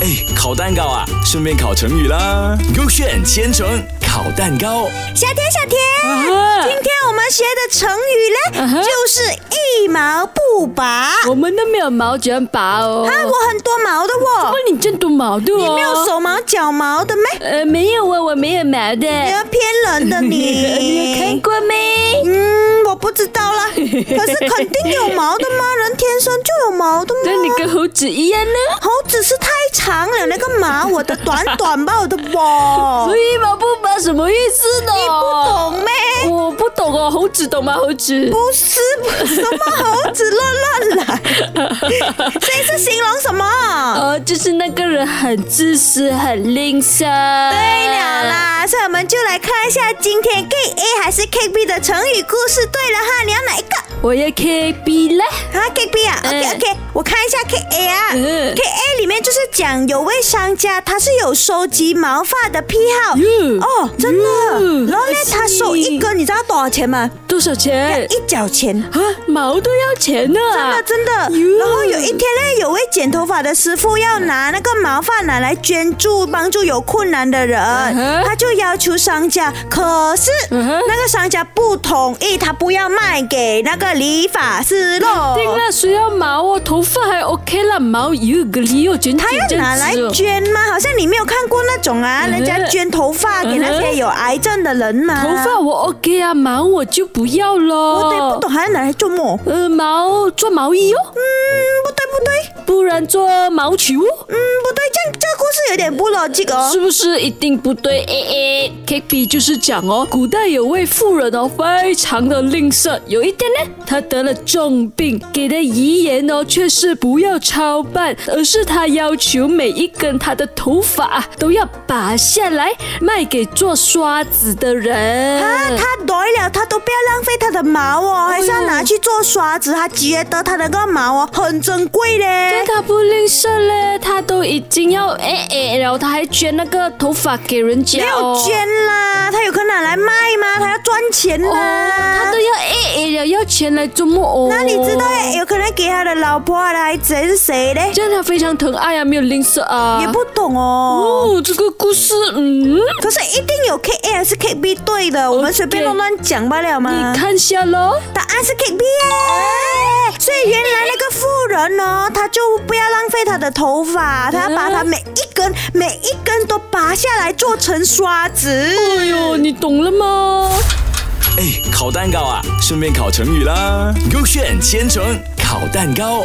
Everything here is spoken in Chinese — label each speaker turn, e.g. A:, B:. A: 哎，烤蛋糕啊，顺便烤成语啦。勾选千层烤蛋糕，
B: 小田，小田，今天我们学的成语
C: 啊
B: 呢，
C: 哈哦
B: 就是一毛不拔。
C: 我们都没有毛卷拔哦。
B: 啊，我很多毛的
C: 不
B: 哦，，
C: 你真多毛的哦。
B: 你没有？手毛脚毛的咩？
C: 呃，没有啊，我没有毛的。
B: 你要骗人的
C: 你有看
B: 你。
C: 过没？
B: 嗯，我不知道 啦，可是肯定有毛的吗？人天生就有毛的吗？
C: 对，你跟猴子一样呢。
B: 猴子是太长了，那个毛我的短短吧，我的 我
C: 所以毛不拔什么意思呢？你
B: 哦不懂咩？
C: 我不懂哦，猴子懂吗？猴子，
B: 不是什么猴子乱乱来，所以是形容什么？
C: 呃，就是那个人很自私，很吝啬。对
B: 对了。啦，所以我们就来看一下今天 K A 还是 K B 的成语故事。对了哈，你要哪一个？
C: 我要 K B 了。
B: 啊，K B 啊
C: 嗯
B: ，OK OK，我看一下 K A 啊
C: 嗯
B: ，K A 里面就是讲有位商家，他是有收集毛发的癖好
C: 哟
B: 哦，真
C: 哟
B: 的。然后呢
C: 恶，心
B: 他收一根，你知道多少钱吗？
C: 多少钱？
B: 一角钱。
C: 啊，毛都要钱呢、啊
B: 真的真的，
C: 哟
B: 然后有一天呢，有位剪头发的师傅要拿那个毛发拿来捐助帮助有困难的人
C: 嗯哼
B: 他就要求商家，可是
C: 嗯哼
B: 那个商家不同意，他不要卖给那个理发师喽。
C: 定了，谁要毛哦？头发还 OK 啦，毛有个理由卷卷
B: 他要
C: 这
B: 拿
C: 样
B: 来
C: 子哦。
B: 捐吗？好像你没有看过那种啊，
C: 嗯
B: 人家捐头发给那些有癌症的人嘛。
C: 头发我 OK 啊，毛我就不要咯。
B: 我对不懂，还要拿来做么？
C: 呃，毛做毛衣哦，
B: 嗯，不对不对，
C: 不然做毛球哦，
B: 嗯不对，这样这个故事有点不逻辑哦
C: 是。不是一定 不对？诶诶，K B 就是讲哦，古代有位妇人哦，非常的吝啬。有一天呢，她得了重病，给的遗言哦却是不要操办，而是她要求每一根她的头发啊都要拔下来，卖给做刷子的人。
B: 啊，他đổi了，他都不要浪费他的毛哦，还是要拿去做刷子。他觉得他的那个毛哦很珍贵嘞
C: 但。他不吝啬嘞，他都已经要哎哎了，他还捐那个头发给人家
B: 没
C: 哦
B: 有。捐啦，他有可能拿来卖吗？他要赚钱
C: 哦，
B: 啦
C: 他。都要哎哎了，要钱来做么哦？
B: 那你知道哎有可能给他的老婆、他啊的孩子还是谁嘞？
C: 这样他非常疼爱啊，没有吝啬啊。
B: 也不懂哦。
C: 哦，这个故事，嗯，
B: 可是一定有 K A 还是 K B 对的，我们随便乱乱讲罢了嘛。
C: 你看下喽。
B: 答案是 K B 耶。所以原来那个富人呢，他就不要浪费他的头发，他要把他每一根每一根都拔下来做成刷子。
C: 哎呦，你懂了吗？
A: 哎，烤蛋糕啊，顺便烤成语啦。勾选千层烤蛋糕。